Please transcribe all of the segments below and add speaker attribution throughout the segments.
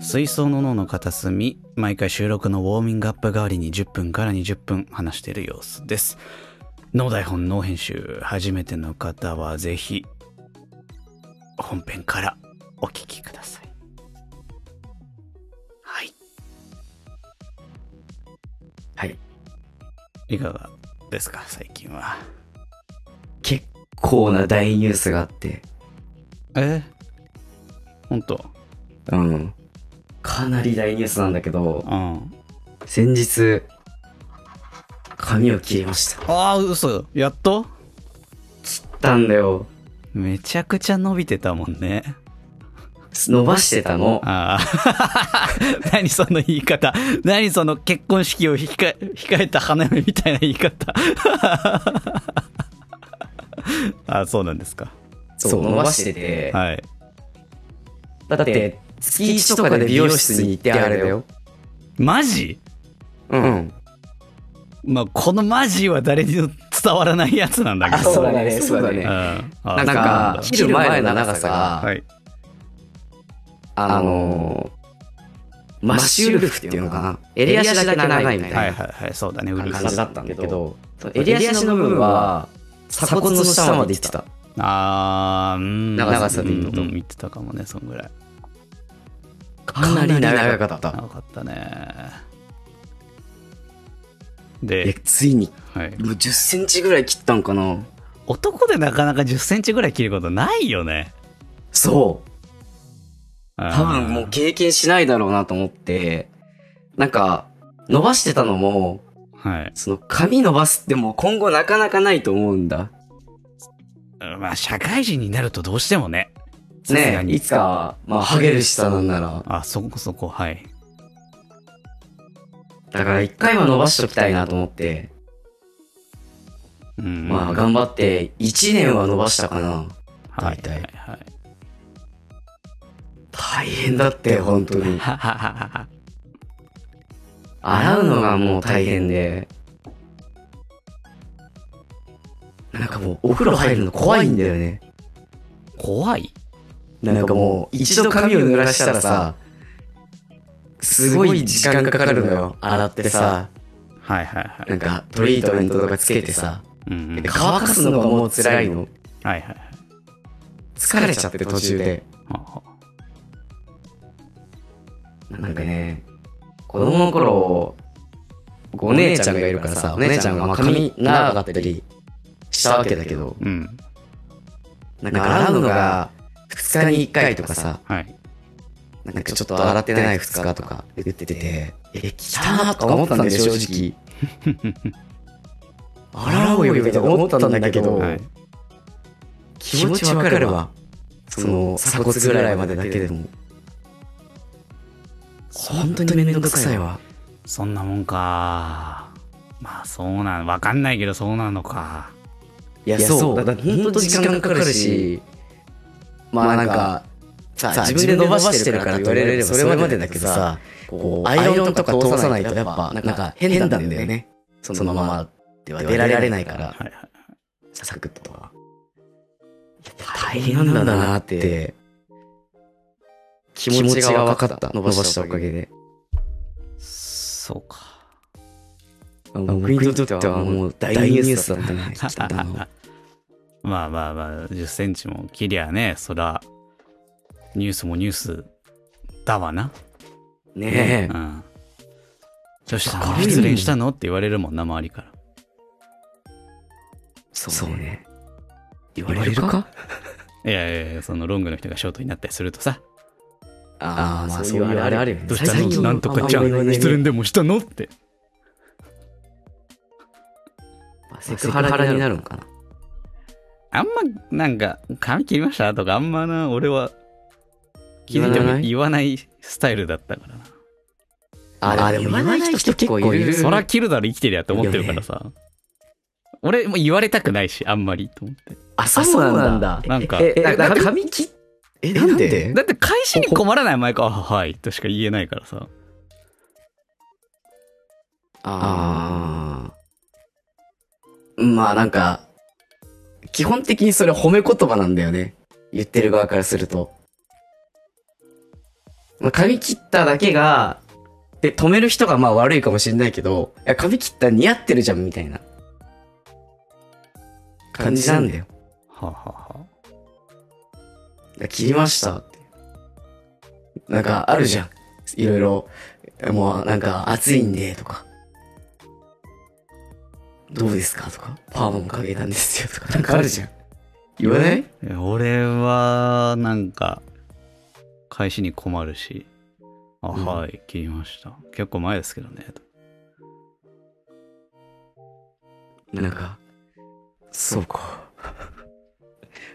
Speaker 1: 水槽の脳の片隅、毎回収録のウォーミングアップ代わりに10分から20分話している様子です。脳台本、脳編集、初めての方はぜひ、本編からお聞きください。はい。
Speaker 2: はい。
Speaker 1: いかがですか、最近は。
Speaker 2: 結構な大ニュースがあって、
Speaker 1: え本当
Speaker 2: うん。かなり大ニュースなんだけど、
Speaker 1: うん。
Speaker 2: 先日、髪を切りました。
Speaker 1: ああ、嘘。やっと
Speaker 2: 切ったんだよ。
Speaker 1: めちゃくちゃ伸びてたもんね。
Speaker 2: 伸ばしてたの。
Speaker 1: ああ。 何その言い方。何その結婚式をひか控えた花嫁みたいな言い方。 あそうなんですか。
Speaker 2: そう、伸ばしてて。
Speaker 1: はい。
Speaker 2: だって、月1とかで美容室に行ってあれだよ。
Speaker 1: マジ
Speaker 2: うん。
Speaker 1: まあ、このマジは誰にも伝わらないやつなんだけ
Speaker 2: あ、
Speaker 1: ど。
Speaker 2: そうだね、そうだ
Speaker 1: う
Speaker 2: ね
Speaker 1: ん。。あ
Speaker 2: なんか、
Speaker 1: そう
Speaker 2: 切る前の長さ
Speaker 1: なんだ
Speaker 2: が、
Speaker 1: はい。
Speaker 2: あのー、マッシュウルフっていうのかな。襟足だけ長いみたい
Speaker 1: はい
Speaker 2: な。
Speaker 1: はいはい。そうだね、う
Speaker 2: 感
Speaker 1: る
Speaker 2: じ
Speaker 1: さ
Speaker 2: だ
Speaker 1: い。
Speaker 2: ったんだけど、その襟足の部分は鎖骨の下まで行ってた。
Speaker 1: あー、うん。
Speaker 2: 長さで言うと
Speaker 1: んん言ってたかもね、そんぐらい。
Speaker 2: かなり長かっ
Speaker 1: な
Speaker 2: た。
Speaker 1: かったね。
Speaker 2: え、
Speaker 1: で、
Speaker 2: ついに、
Speaker 1: はい、
Speaker 2: もう10センチぐらい切ったんかな。
Speaker 1: 男でなかなか10センチぐらい切ることないよね。
Speaker 2: そう。
Speaker 1: 多
Speaker 2: 多分もう経験しないだろうなと思って、なんか、伸ばしてたのも、
Speaker 1: はい。
Speaker 2: その髪伸ばすってもう今後なかなかないと思うんだ。
Speaker 1: まあ、社会人になるとどうしてもね。さす
Speaker 2: ね
Speaker 1: がに
Speaker 2: え、いつか、まあ、ハゲるしさなんなら。
Speaker 1: あ、そこそこ、はい。
Speaker 2: だから一回は伸ばしときたいなと思って、
Speaker 1: うん。
Speaker 2: まあ、頑張って、1年は伸ばしたかな。
Speaker 1: はい、
Speaker 2: 大体
Speaker 1: はい、はい。
Speaker 2: 大変だって、本当に。
Speaker 1: ははははは。
Speaker 2: 洗うのがもう大変で。なんかもうお風呂入るの怖いんだよね。
Speaker 1: 怖い
Speaker 2: なんかもう一度髪を濡らしたらさ、すごい時間かかるのよ。洗ってさ、
Speaker 1: はい、はい、は。
Speaker 2: ないんかトリートメントとかつけてさ、
Speaker 1: うんうん。
Speaker 2: で乾かすのがもう辛いの。
Speaker 1: はい、はいはい。
Speaker 2: 疲れちゃって途中で。
Speaker 1: はは
Speaker 2: なんかね、子供の頃、お姉ちゃんがいるからさ、お姉ちゃんがまあ髪長かったりしたわけだけど、
Speaker 1: うん。
Speaker 2: なんか洗うのが2日に1回とかさ、
Speaker 1: はい。
Speaker 2: なんかちょっと洗ってない2日とか言ってて、え、汚なとか思ったんだよ、正 直。洗おうよ、みたいな思ったんだけど、
Speaker 1: はい。
Speaker 2: 気持ちわかるわ。その鎖骨ぐらいまでだけでも。本当にめんどくさいわ。
Speaker 1: そんなもんか。まあ、そうなん、わかんないけど、そうなのか。
Speaker 2: いや、そう。だから本当時間かかるし、まあなんか、さ、自分で伸ばしてるからと言われればそれまでだけどさ、こう、アイロンとか通さないとやっぱ、なんか変なんだよね。そのままでは出られないから。
Speaker 1: はい、はい。
Speaker 2: サクッとは。大変なんだなーって、気持ちが分かった。伸ばしたおかげで。
Speaker 1: そうか。
Speaker 2: あの僕にとってはもう大ニュースだった ね。切ったの
Speaker 1: まあまあまあ、10センチも切りゃね、そら、ニュースもニュースだわな。
Speaker 2: ね
Speaker 1: うん。女子さ
Speaker 2: かっ
Speaker 1: ん、
Speaker 2: こいい
Speaker 1: 失恋したのって言われるもんな、周りから。
Speaker 2: え。そうね。言われるか
Speaker 1: いやいやいや、そのロングの人がショートになったりするとさ、
Speaker 2: ああ、まあそういうあれあるよね。
Speaker 1: どうしたのなんとかちゃ
Speaker 2: 最近あんまり言わ
Speaker 1: ん、
Speaker 2: ないね
Speaker 1: 失恋でもしたのって。
Speaker 2: セクハラになるのかな。
Speaker 1: あんま、なんか、髪切りましたとか、あんまな、俺は、気づいて
Speaker 2: 言わ
Speaker 1: も
Speaker 2: ない
Speaker 1: 言わないスタイルだったからな。
Speaker 2: ああ、でも言わない人結構いる。
Speaker 1: そら切るだろ、生きてりゃって思ってるからさ。俺も言われたくないし、あんまりと思って。
Speaker 2: あ、そうなんだ。
Speaker 1: なんか、
Speaker 2: え、なんか髪切っ、え、なんで
Speaker 1: だって返しに困らない前か、あ、はい、としか言えないからさ。
Speaker 2: ああ。まあなんか、基本的にそれ褒め言葉なんだよね。言ってる側からすると。まあ、髪切っただけが、で、止める人がまあ悪いかもしれないけど、いや、髪切った似合ってるじゃん、みたいな。感じなんだよ。
Speaker 1: はあ、はあはあ
Speaker 2: いや切りましたって。なんか、あるじゃん。いろいろ。もう、なんか、暑いんで、とか。どうですかとか。パーマもかけたんですよ、とか。なんかあるじゃん。言わない
Speaker 1: いや俺は、なんか、返しに困るし。あ、
Speaker 2: うん
Speaker 1: はい、切りました。結構前ですけどね。
Speaker 2: なんか、そうか。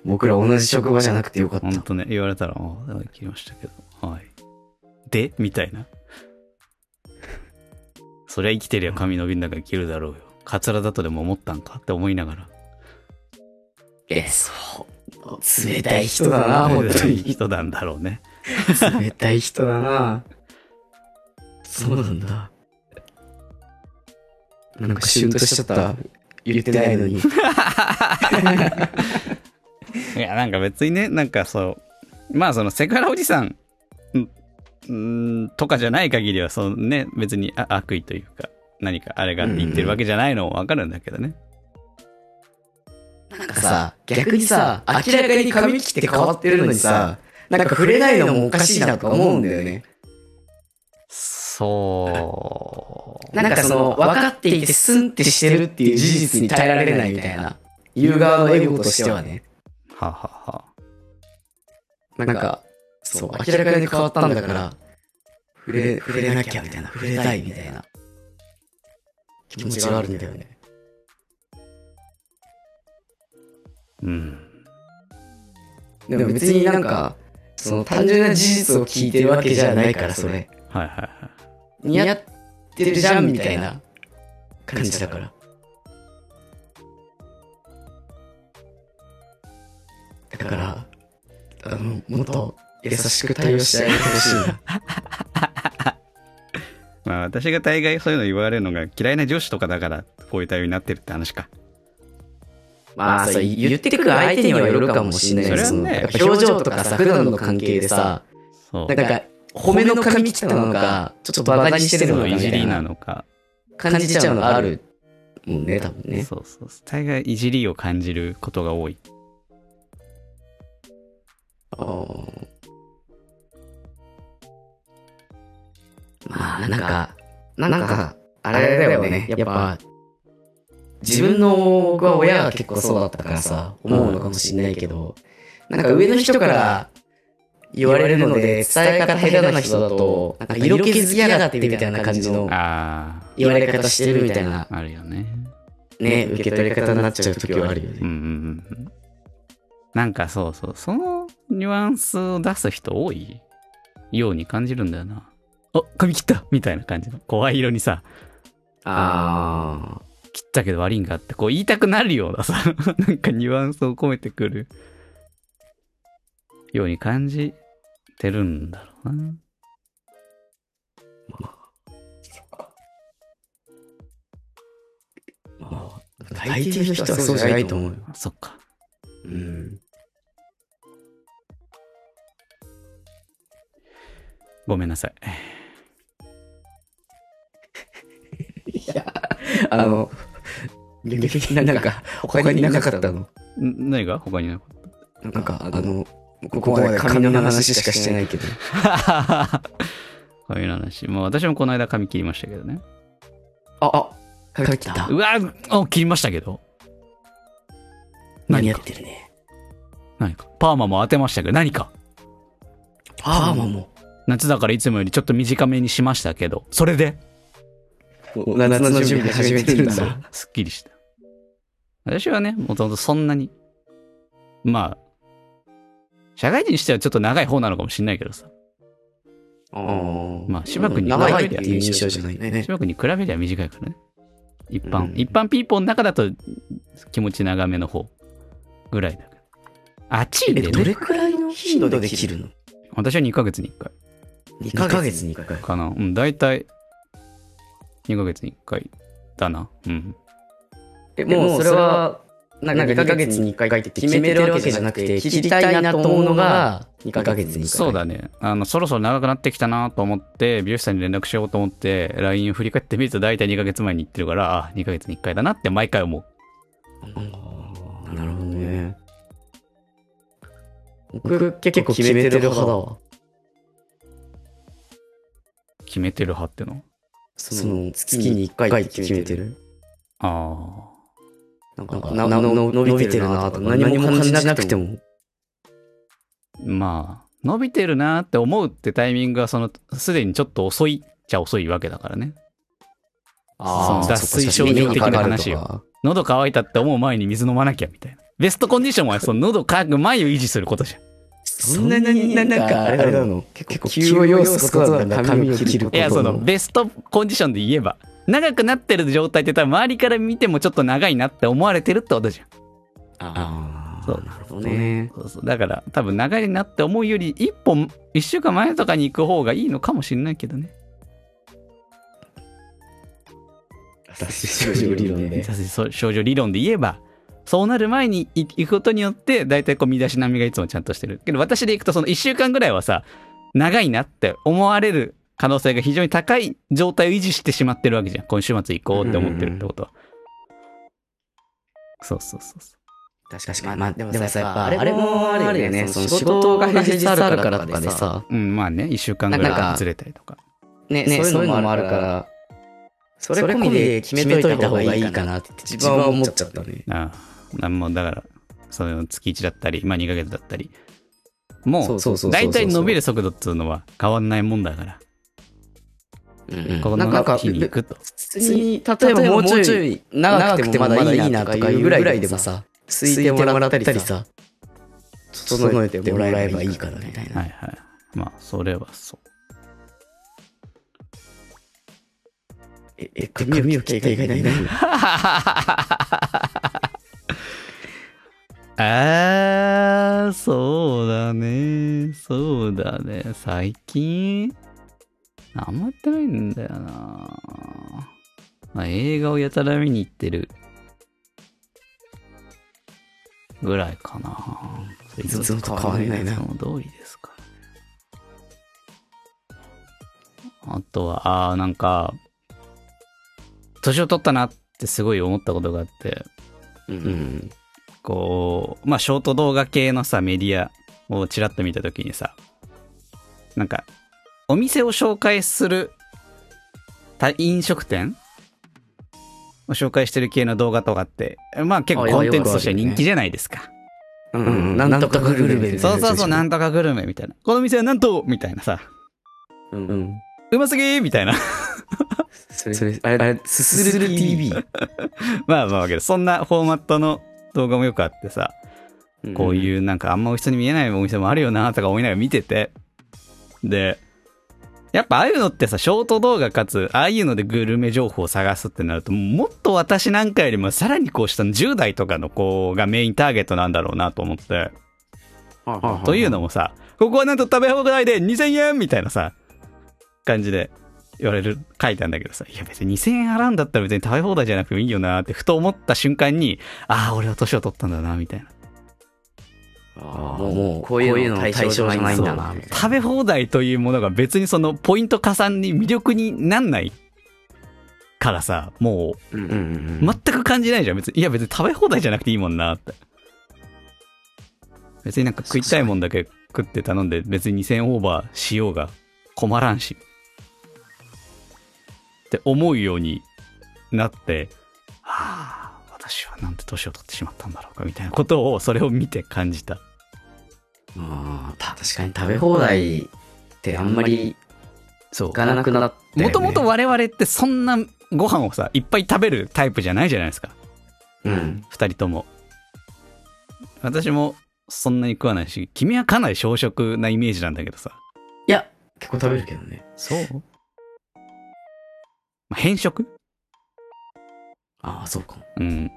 Speaker 2: 僕ら同じ職場じゃなくてよかっ
Speaker 1: ほん
Speaker 2: た。
Speaker 1: とね、言われたら、あはい切りましたけど。はい。でみたいな。 そりゃ生きてりゃ髪伸びんだから切るだろうよ。カツラだとでも思ったんかって思いながら。
Speaker 2: え、そう。冷たい人だな、本当
Speaker 1: いい
Speaker 2: に。
Speaker 1: 人なんだろうね。
Speaker 2: 冷たい人だな。そうなんだ。なんかシュンとしちゃった。言ってないのに。
Speaker 1: いや、なんか別にね、なんかそう、まあそのセクハラおじさん、んんとかじゃない限りは、そのね、別にあ悪意というか、何かあれがって言ってるわけじゃないのもわかるんだけどね。
Speaker 2: なんかさ、逆にさ、明らかに髪切って変わってるのにさ、なんか触れないのもおかしいなとか思うんだよね。
Speaker 1: そ
Speaker 2: なんかその、分かっていてスンってしてるっていう事実に耐えられないみたいな。言う側のエゴとしてはね。
Speaker 1: う。はあ、はあはあ、
Speaker 2: なんか、そう、明らかに変わったんだから、触れ、触れなきゃみたいな、触れたいみたいな、気持ちがあるんだよね。
Speaker 1: うん。
Speaker 2: でも別になんか、その単純な事実を聞いてるわけじゃないから、それ。
Speaker 1: はいはいはい。
Speaker 2: 似合ってるじゃんみたいな感じだから。だから、あの、もっと優しく対応してあげてほしいな。
Speaker 1: まあ私が大概そういうの言われるのが嫌いな上司とかだから、こういう対応になってるって話か。
Speaker 2: まあ、そう言ってくる相手にはよるかもしれないけど、
Speaker 1: そ
Speaker 2: そ
Speaker 1: れは
Speaker 2: の
Speaker 1: ね
Speaker 2: やっぱ表情とかさ、普段の関係でさ、
Speaker 1: そう
Speaker 2: な。んか、褒めの髪切ったのか、ちょっとバカにしてる
Speaker 1: そ
Speaker 2: の
Speaker 1: う
Speaker 2: か
Speaker 1: い
Speaker 2: みた
Speaker 1: じり
Speaker 2: い
Speaker 1: な
Speaker 2: な
Speaker 1: のか、
Speaker 2: 感じちゃうのがあるもんね、多分ね。
Speaker 1: そうそうそう。大概いじりを感じることが多い。
Speaker 2: あーまあ、なんか、なんか、あれだよね。やっぱ、自分の僕は親が結構そうだったからさ、思うのかもしれないけど、なんか上の人から言われるので、伝え方下手な人だと、なんか色気づきやがってみたいな感じの
Speaker 1: あ
Speaker 2: 言われ方してるみたいな
Speaker 1: あ、あるよね。
Speaker 2: ね、受け取り方になっちゃう時はあるよ
Speaker 1: うん
Speaker 2: ね。
Speaker 1: うんうんうん。なんかそうそう、そのニュアンスを出す人多いように感じるんだよな。あ、髪切ったみたいな感じの。怖い色にさ、
Speaker 2: あ
Speaker 1: 切ったけど悪いんかって、こう言いたくなるようなさ、 なんかニュアンスを込めてくるように感じてるんだろうな。
Speaker 2: あ。まあ、大抵の人はそうじゃないと思うよ。
Speaker 1: あそっか。
Speaker 2: うん。
Speaker 1: ごめんなさい。
Speaker 2: いや、あの、なんか、他になかったの
Speaker 1: ん何が他になか っ
Speaker 2: なんか、あの、ここまで髪の話しかしてないけど。
Speaker 1: た髪の話。まあ私もこの間髪切りましたけどね。
Speaker 2: あ、あ、書きた
Speaker 1: う。わあ切りましたけど。何
Speaker 2: 何や
Speaker 1: か
Speaker 2: っ、てるね。
Speaker 1: 何か。パーマも当てましたけど、何か。
Speaker 2: パーマも。
Speaker 1: 夏だからいつもよりちょっと短めにしましたけど、それで、
Speaker 2: 夏の準備始めてるんだ。
Speaker 1: すっきりした。私はね、もともとそんなに、まあ、社会人にしてはちょっと長い方なのかもしれないけどさ、まあ芝生に
Speaker 2: 長いっていう印象じゃないね。
Speaker 1: 芝君に比べりゃ短いからね。一般、
Speaker 2: うん
Speaker 1: 一般ピーポーの中だと気持ち長めの方ぐらいだけど。暑いん
Speaker 2: え、
Speaker 1: で
Speaker 2: ど
Speaker 1: ね
Speaker 2: れ。くらいの頻度で切るの
Speaker 1: 私は2ヶ月に1回。
Speaker 2: ?2 ヶ月に1回。
Speaker 1: かな。うん、大体、2ヶ月に1回だな。うん。
Speaker 2: え、もうそれは、なんか2ヶ月に1回って決めてるわけじゃなくて、切りたいなと思うのが2ヶ月に1回。
Speaker 1: そうだね。あの、そろそろ長くなってきたなと思って、美容師さんに連絡しようと思って、LINE を振り返ってみると大体2ヶ月前に行ってるから、あ、2ヶ月に1回だなって毎回思う。
Speaker 2: なるほどね。僕結構決めてる派だわ。
Speaker 1: 決めてる派っての
Speaker 2: その月に1回って決めてる。
Speaker 1: あ
Speaker 2: あ。なんかなな伸びてるなとか何も感じなくても。
Speaker 1: まあ、伸びてるなって思うってタイミングがその、すでにちょっと遅いっちゃ遅いわけだからね。
Speaker 2: ああ、
Speaker 1: 脱水症状的な話よ。喉乾いたって思う前に水飲まなきゃみたいな。ベストコンディションはその喉乾く前を維持することじゃん。
Speaker 2: そんなになんかあれなの結構急を要すことなんだ髪を切ること
Speaker 1: いやそのベストコンディションで言えば長くなってる状態って多分周りから見てもちょっと長いなって思われてるってことじゃん。
Speaker 2: ああ。
Speaker 1: そう
Speaker 2: なるほどね。
Speaker 1: そうそうだから多分長いなって思うより一本一週間前とかに行く方がいいのかもしれないけどね。
Speaker 2: 脱水症状理論で。
Speaker 1: 脱症状理論で言えば、そうなる前に行くことによって、大体こう身だしなみがいつもちゃんとしてる。けど私で行くとその1週間ぐらいはさ、長いなって思われる可能性が非常に高い状態を維持してしまってるわけじゃん。今週末行こうって思ってるってことは。そうそうそうそう。
Speaker 2: 確かに。まあ、でもさ、やっぱ、あれもあるよね。その仕事が平日あるからとかでさ。
Speaker 1: うん、まあね、1週間ぐらいずれたりとか。
Speaker 2: ね、ね、そういうのもあるから。それ込みで決めといた方がいいかなって自分は思っちゃったね。
Speaker 1: ああ、もうだから、その月1だったり、まあ2ヶ月だったり、もう大体伸びる速度っていうのは変わんないもんだから。
Speaker 2: うん、
Speaker 1: この日に行くと。
Speaker 2: 普通に、例えばもうちょい長くてもまだいいなとかいうぐらいでもさ、推いてもらったりさ、整えてもらえばいいからみたいな。
Speaker 1: はいはい。まあ、それはそう。
Speaker 2: え、え、髪を切った以外ないな。
Speaker 1: あー、そうだね。そうだね。最近、あんまやってないんだよな。まあ、映画をやたら見に行ってる。ぐらいかな。
Speaker 2: ずっと変わんないな。
Speaker 1: その通りですか、ね。あとは、あー、なんか、年を取ったなってすごい思ったことがあって、
Speaker 2: うん、
Speaker 1: こうまあショート動画系のさメディアをちらっと見た時にさなんかお店を紹介する飲食店を紹介してる系の動画とかってまあ結構コンテンツとして人気じゃないですか。
Speaker 2: うん、うん、なんとかグルメ
Speaker 1: そうそうそうなんとかグルメみたいなこの店はなんとみたいなさ、
Speaker 2: うん、うん、
Speaker 1: うますぎみたいな
Speaker 2: それ、それあれ、あれすする TV?
Speaker 1: まあまあ、けど、そんなフォーマットの動画もよくあってさ、うん、こういうなんかあんまお人に見えないお店もあるよなとか思いながら見てて、で、やっぱああいうのってさ、ショート動画かつ、ああいうのでグルメ情報を探すってなると、もっと私なんかよりもさらにこうしたの10代とかの子がメインターゲットなんだろうなと思って。というのもさ、ここはなんと食べ放題で2000円みたいなさ、感じで言われる、書いたんだけどさ、いや別に2000円払うんだったら別に食べ放題じゃなくてもいいよなってふと思った瞬間に、ああ、俺は年を取ったんだな、みたいな。
Speaker 2: ああ、もう、こういうの対象じゃないんだな、みたいな。
Speaker 1: 食べ放題というものが別にそのポイント加算に魅力になんないからさ、もう、全く感じないじゃん。別に、いや別に食べ放題じゃなくていいもんな、って。別になんか食いたいもんだけ食って頼んで、別に2000オーバーしようが困らんし。って思うようになって、はあ、私はなんて年を取ってしまったんだろうかみたいなことをそれを見て感じた。
Speaker 2: あ確かに食べ放題ってあんまりそうがなくなって、
Speaker 1: ね、もともと我々ってそんなご飯をさいっぱい食べるタイプじゃないじゃないですか。
Speaker 2: うん、
Speaker 1: 2人とも。私もそんなに食わないし君はかなり小食なイメージなんだけどさ。
Speaker 2: いや結構食べるけどね。
Speaker 1: そう変色
Speaker 2: ああ、そうかも。
Speaker 1: うん。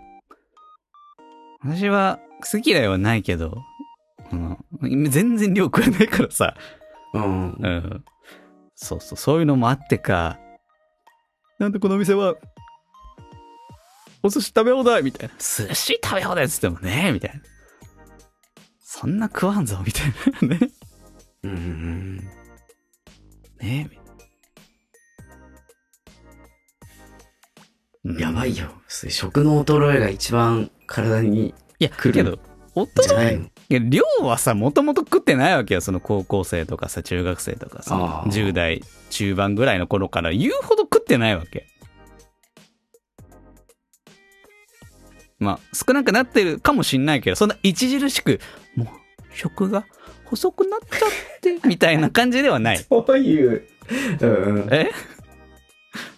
Speaker 1: 私は、好き嫌いはないけど、うん、全然量食わないからさ。。
Speaker 2: うん。うん
Speaker 1: そうそう、そういうのもあってか、なんでこのお店は、お寿司食べ放題みたいな。寿司食べ放題っつってもね、みたいな。そんな食わんぞ、みたいなね。
Speaker 2: うんうんうん。
Speaker 1: ねえ。
Speaker 2: やばいよ。それ食の衰えが一番体に
Speaker 1: いや、
Speaker 2: 来る
Speaker 1: けど、お
Speaker 2: じゃないの。
Speaker 1: いや量はさ、もともと食ってないわけよ。その高校生とかさ、中学生とかさ
Speaker 2: あ、ー
Speaker 1: 10代中盤ぐらいの頃から言うほど食ってないわけ。まあ、少なくなってるかもしんないけど、そんな著しく、もう、食が細くなっちゃ って、みたいな感じではない。
Speaker 2: そういう、うんうん、
Speaker 1: え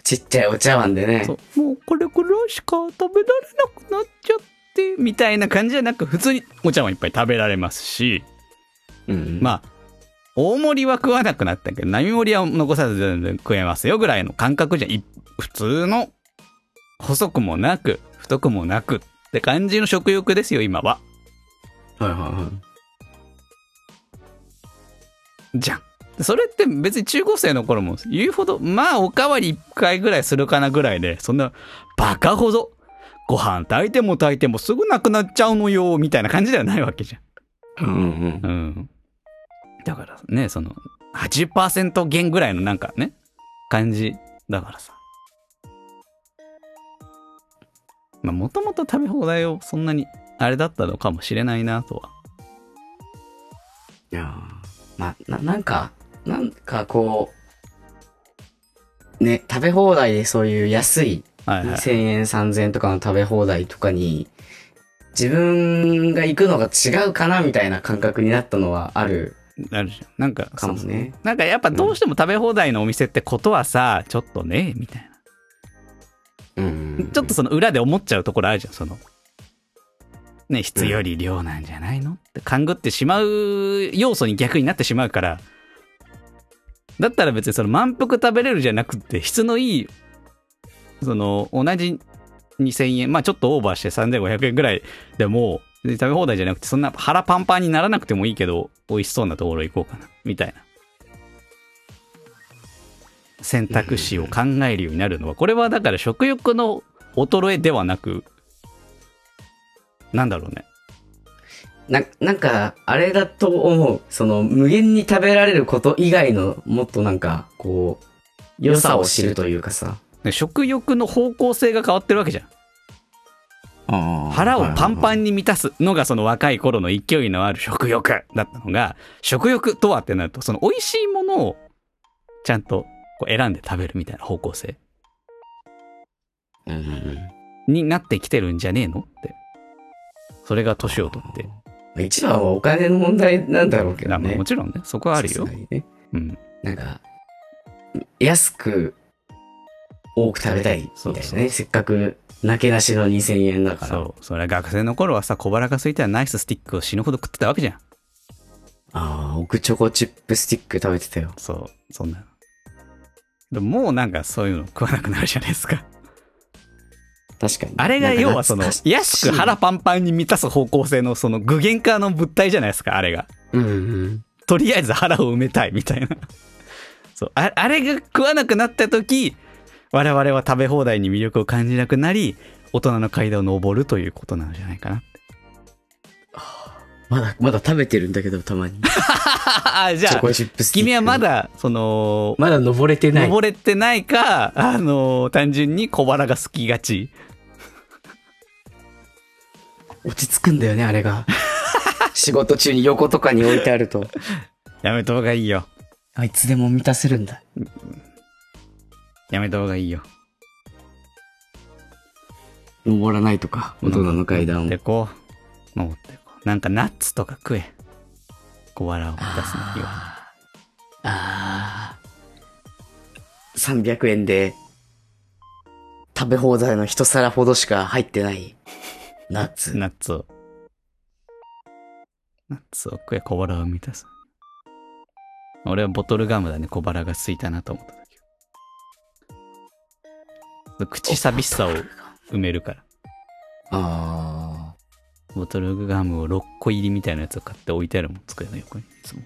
Speaker 2: ちっちゃいお茶碗でね。
Speaker 1: そうもうこれぐらいしか食べられなくなっちゃってみたいな感じじゃなく普通にお茶碗いっぱい食べられますし
Speaker 2: うんうん、
Speaker 1: まあ大盛りは食わなくなったけど並盛りは残さず全然食えますよぐらいの感覚じゃんい普通の細くもなく太くもなくって感じの食欲ですよ今は
Speaker 2: はいはいはい。
Speaker 1: じゃんそれって別に中高生の頃も言うほどまあおかわり1回ぐらいするかなぐらいでそんなバカほどご飯炊いても炊いてもすぐなくなっちゃうのよみたいな感じではないわけじゃん
Speaker 2: うんうん
Speaker 1: うん。だからね、その、80%減ぐらいのなんかね、感じだからさ。まあ、もともと食べ放題をそんなにあれだったのかもしれないなとは。
Speaker 2: いやーまあ、な、なんか、なんかこう、ね、食べ放題でそういう安い
Speaker 1: はいはい。
Speaker 2: 2000円3000円とかの食べ放題とかに、自分が行くのが違うかなみたいな感覚になったのはある
Speaker 1: あるじゃん。なんか、
Speaker 2: かもね。
Speaker 1: なんかやっぱどうしても食べ放題のお店ってことはさ、ちょっとね、みたいな。
Speaker 2: うんうん。
Speaker 1: ちょっとその裏で思っちゃうところあるじゃん、その。ね、質より量なんじゃないのって勘ぐってしまう要素に逆になってしまうから。だったら別にその満腹食べれるじゃなくて、質のいい、その、同じ2000円、まあちょっとオーバーして3500円ぐらいでも、別に食べ放題じゃなくて、そんな腹パンパンにならなくてもいいけど、美味しそうなところ行こうかな、みたいな。選択肢を考えるようになるのは、これはだから食欲の衰えではなく、なんだろうね。
Speaker 2: ななんか、あれだと思う。その、無限に食べられること以外の、もっとなんか、こう、良さを知るというかさ。
Speaker 1: 食欲の方向性が変わってるわけじゃん。腹をパンパ
Speaker 2: ン。
Speaker 1: ンに満たすのがその若い頃の勢いのある食欲だったのが、食欲とはってなると、その美味しいものをちゃんとこう選んで食べるみたいな方向性
Speaker 2: うんうんうん
Speaker 1: になってきてるんじゃねえのって。それが年を取って。
Speaker 2: 一番はお金の問題なんだろうけど
Speaker 1: まあ
Speaker 2: ね。
Speaker 1: もちろんね、そこはあるよ
Speaker 2: さす。がにね
Speaker 1: うん。
Speaker 2: なんか、安く、多く食べたいみた
Speaker 1: そ
Speaker 2: いうなね。
Speaker 1: そう
Speaker 2: せっかく、なけなしの2000円だから。
Speaker 1: そう。それは学生の頃はさ、小腹が空いたらナイススティックを死ぬほど食ってたわけじゃん。
Speaker 2: ああ、奥チョコチップスティック食べてたよ。
Speaker 1: そう、そんな。でももうなんかそういうの食わなくなるじゃないですか。
Speaker 2: 確かに。
Speaker 1: あれが
Speaker 2: なんか
Speaker 1: 要はその
Speaker 2: 懐かし、い
Speaker 1: 安く腹パンパンに満たす方向性のその具現化の物体じゃないですか、あれが。
Speaker 2: うんうん。
Speaker 1: とりあえず腹を埋めたいみたいな。そう、ああれが食わなくなった時、我々は食べ放題に魅力を感じなくなり、大人の階段を登るということなんじゃないかな。
Speaker 2: まだ、まだ食べてるんだけど、たまに。
Speaker 1: あじゃ
Speaker 2: チョ
Speaker 1: あ
Speaker 2: コ、チップスティック。
Speaker 1: 君はま、だ、その、
Speaker 2: まだ登れてない。
Speaker 1: 登れてないか、あの、単純に小腹が空きがち。
Speaker 2: 落ち着くんだよね、あ れが。仕事中に横とかに置いてあると。
Speaker 1: やめた方がいいよ。
Speaker 2: あいつでも満たせるんだ。
Speaker 1: やめた方がいいよ。
Speaker 2: 登らないとか、大人の階段を
Speaker 1: 登っ。てこう。登ってこう。なんかナッツとか食え。小腹を満たすのには。
Speaker 2: あーあー。300円で、食べ放題の一皿ほどしか入ってない、ナッツ。
Speaker 1: ナッツを。ナッツを食え、小腹を満たす。俺はボトルガムだね、小腹が空いたなと思った時。口寂しさを埋めるから。
Speaker 2: あ
Speaker 1: ボトルガムを6個入りみたいなやつを買って置いてあるもん、机の横に。いつも。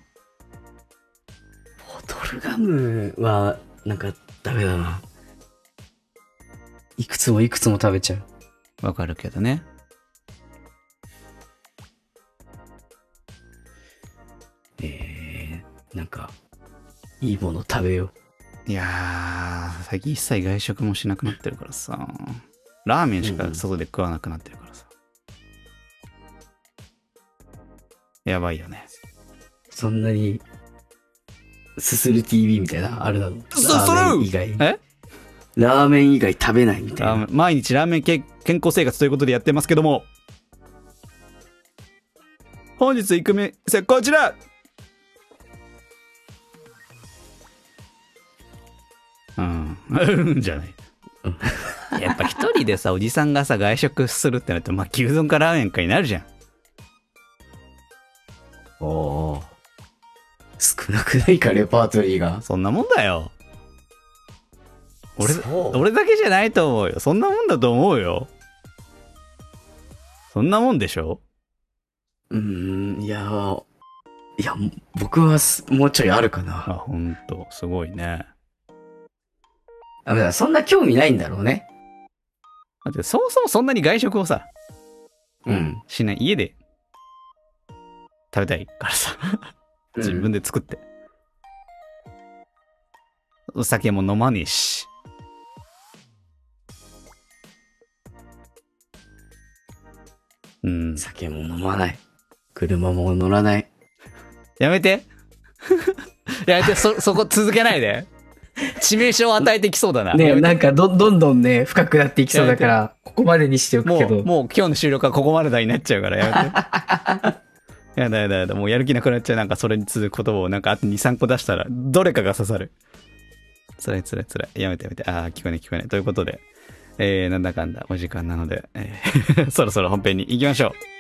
Speaker 2: あ。ボトルガムは、なんか、ダメだな。いくつもいくつも食べちゃう。
Speaker 1: わかるけどね。
Speaker 2: えー、なんか、いいもの食べよ
Speaker 1: いやー、最近一切外食もしなくなってるからさ。ラーメンしか外で食わなくなってるからさ。やばいよね。
Speaker 2: う。そんなに、すする TV みたいな、あれなの
Speaker 1: そ
Speaker 2: ラ
Speaker 1: それ
Speaker 2: ーメン以外。
Speaker 1: え
Speaker 2: ラーメン以外食べないみたい
Speaker 1: ラー
Speaker 2: な。
Speaker 1: メン毎日ラーメンけ健康生活ということでやってますけども本日行く店こちらうん、うん じゃないやっぱ一人でさおじさんがさ外食するってなるとまあ牛丼かラーメンかになるじゃん
Speaker 2: おお。少なくないか、レパートリーが。
Speaker 1: そんなもんだよ俺
Speaker 2: そう
Speaker 1: 俺だけじゃないと思うよそんなもんだと思うよそんなもんでしょ
Speaker 2: うーん、いや、いや、僕はすもうちょいあるかな。
Speaker 1: あほんとすごいね
Speaker 2: あ、だからそんな興味ないんだろうね。
Speaker 1: だってそもそもそんなに外食をさ
Speaker 2: うん。
Speaker 1: しない家で食べたいからさ自分で作って、お酒も飲まねえしうん
Speaker 2: 酒も飲まない。車も乗らない。
Speaker 1: やめて やめてそそこ続けないで致命傷を与えてきそうだな、や
Speaker 3: ね
Speaker 1: めて
Speaker 3: なんかどどんどんね深くなっていきそうだからここまでにしておく
Speaker 1: も
Speaker 3: け
Speaker 1: う
Speaker 3: ど
Speaker 1: もう今日の収録はここまでだになっちゃうからや めてやだやだやだもうやる気なくなっちゃうなんかそれに続く言葉をなんかあと23個出したらどれかが刺さるつらいつらいつらいやめてやめてああ聞こえない聞 こえないということで、えー、なんだかんだお時間なので、えーそろそろ本編に行きましょう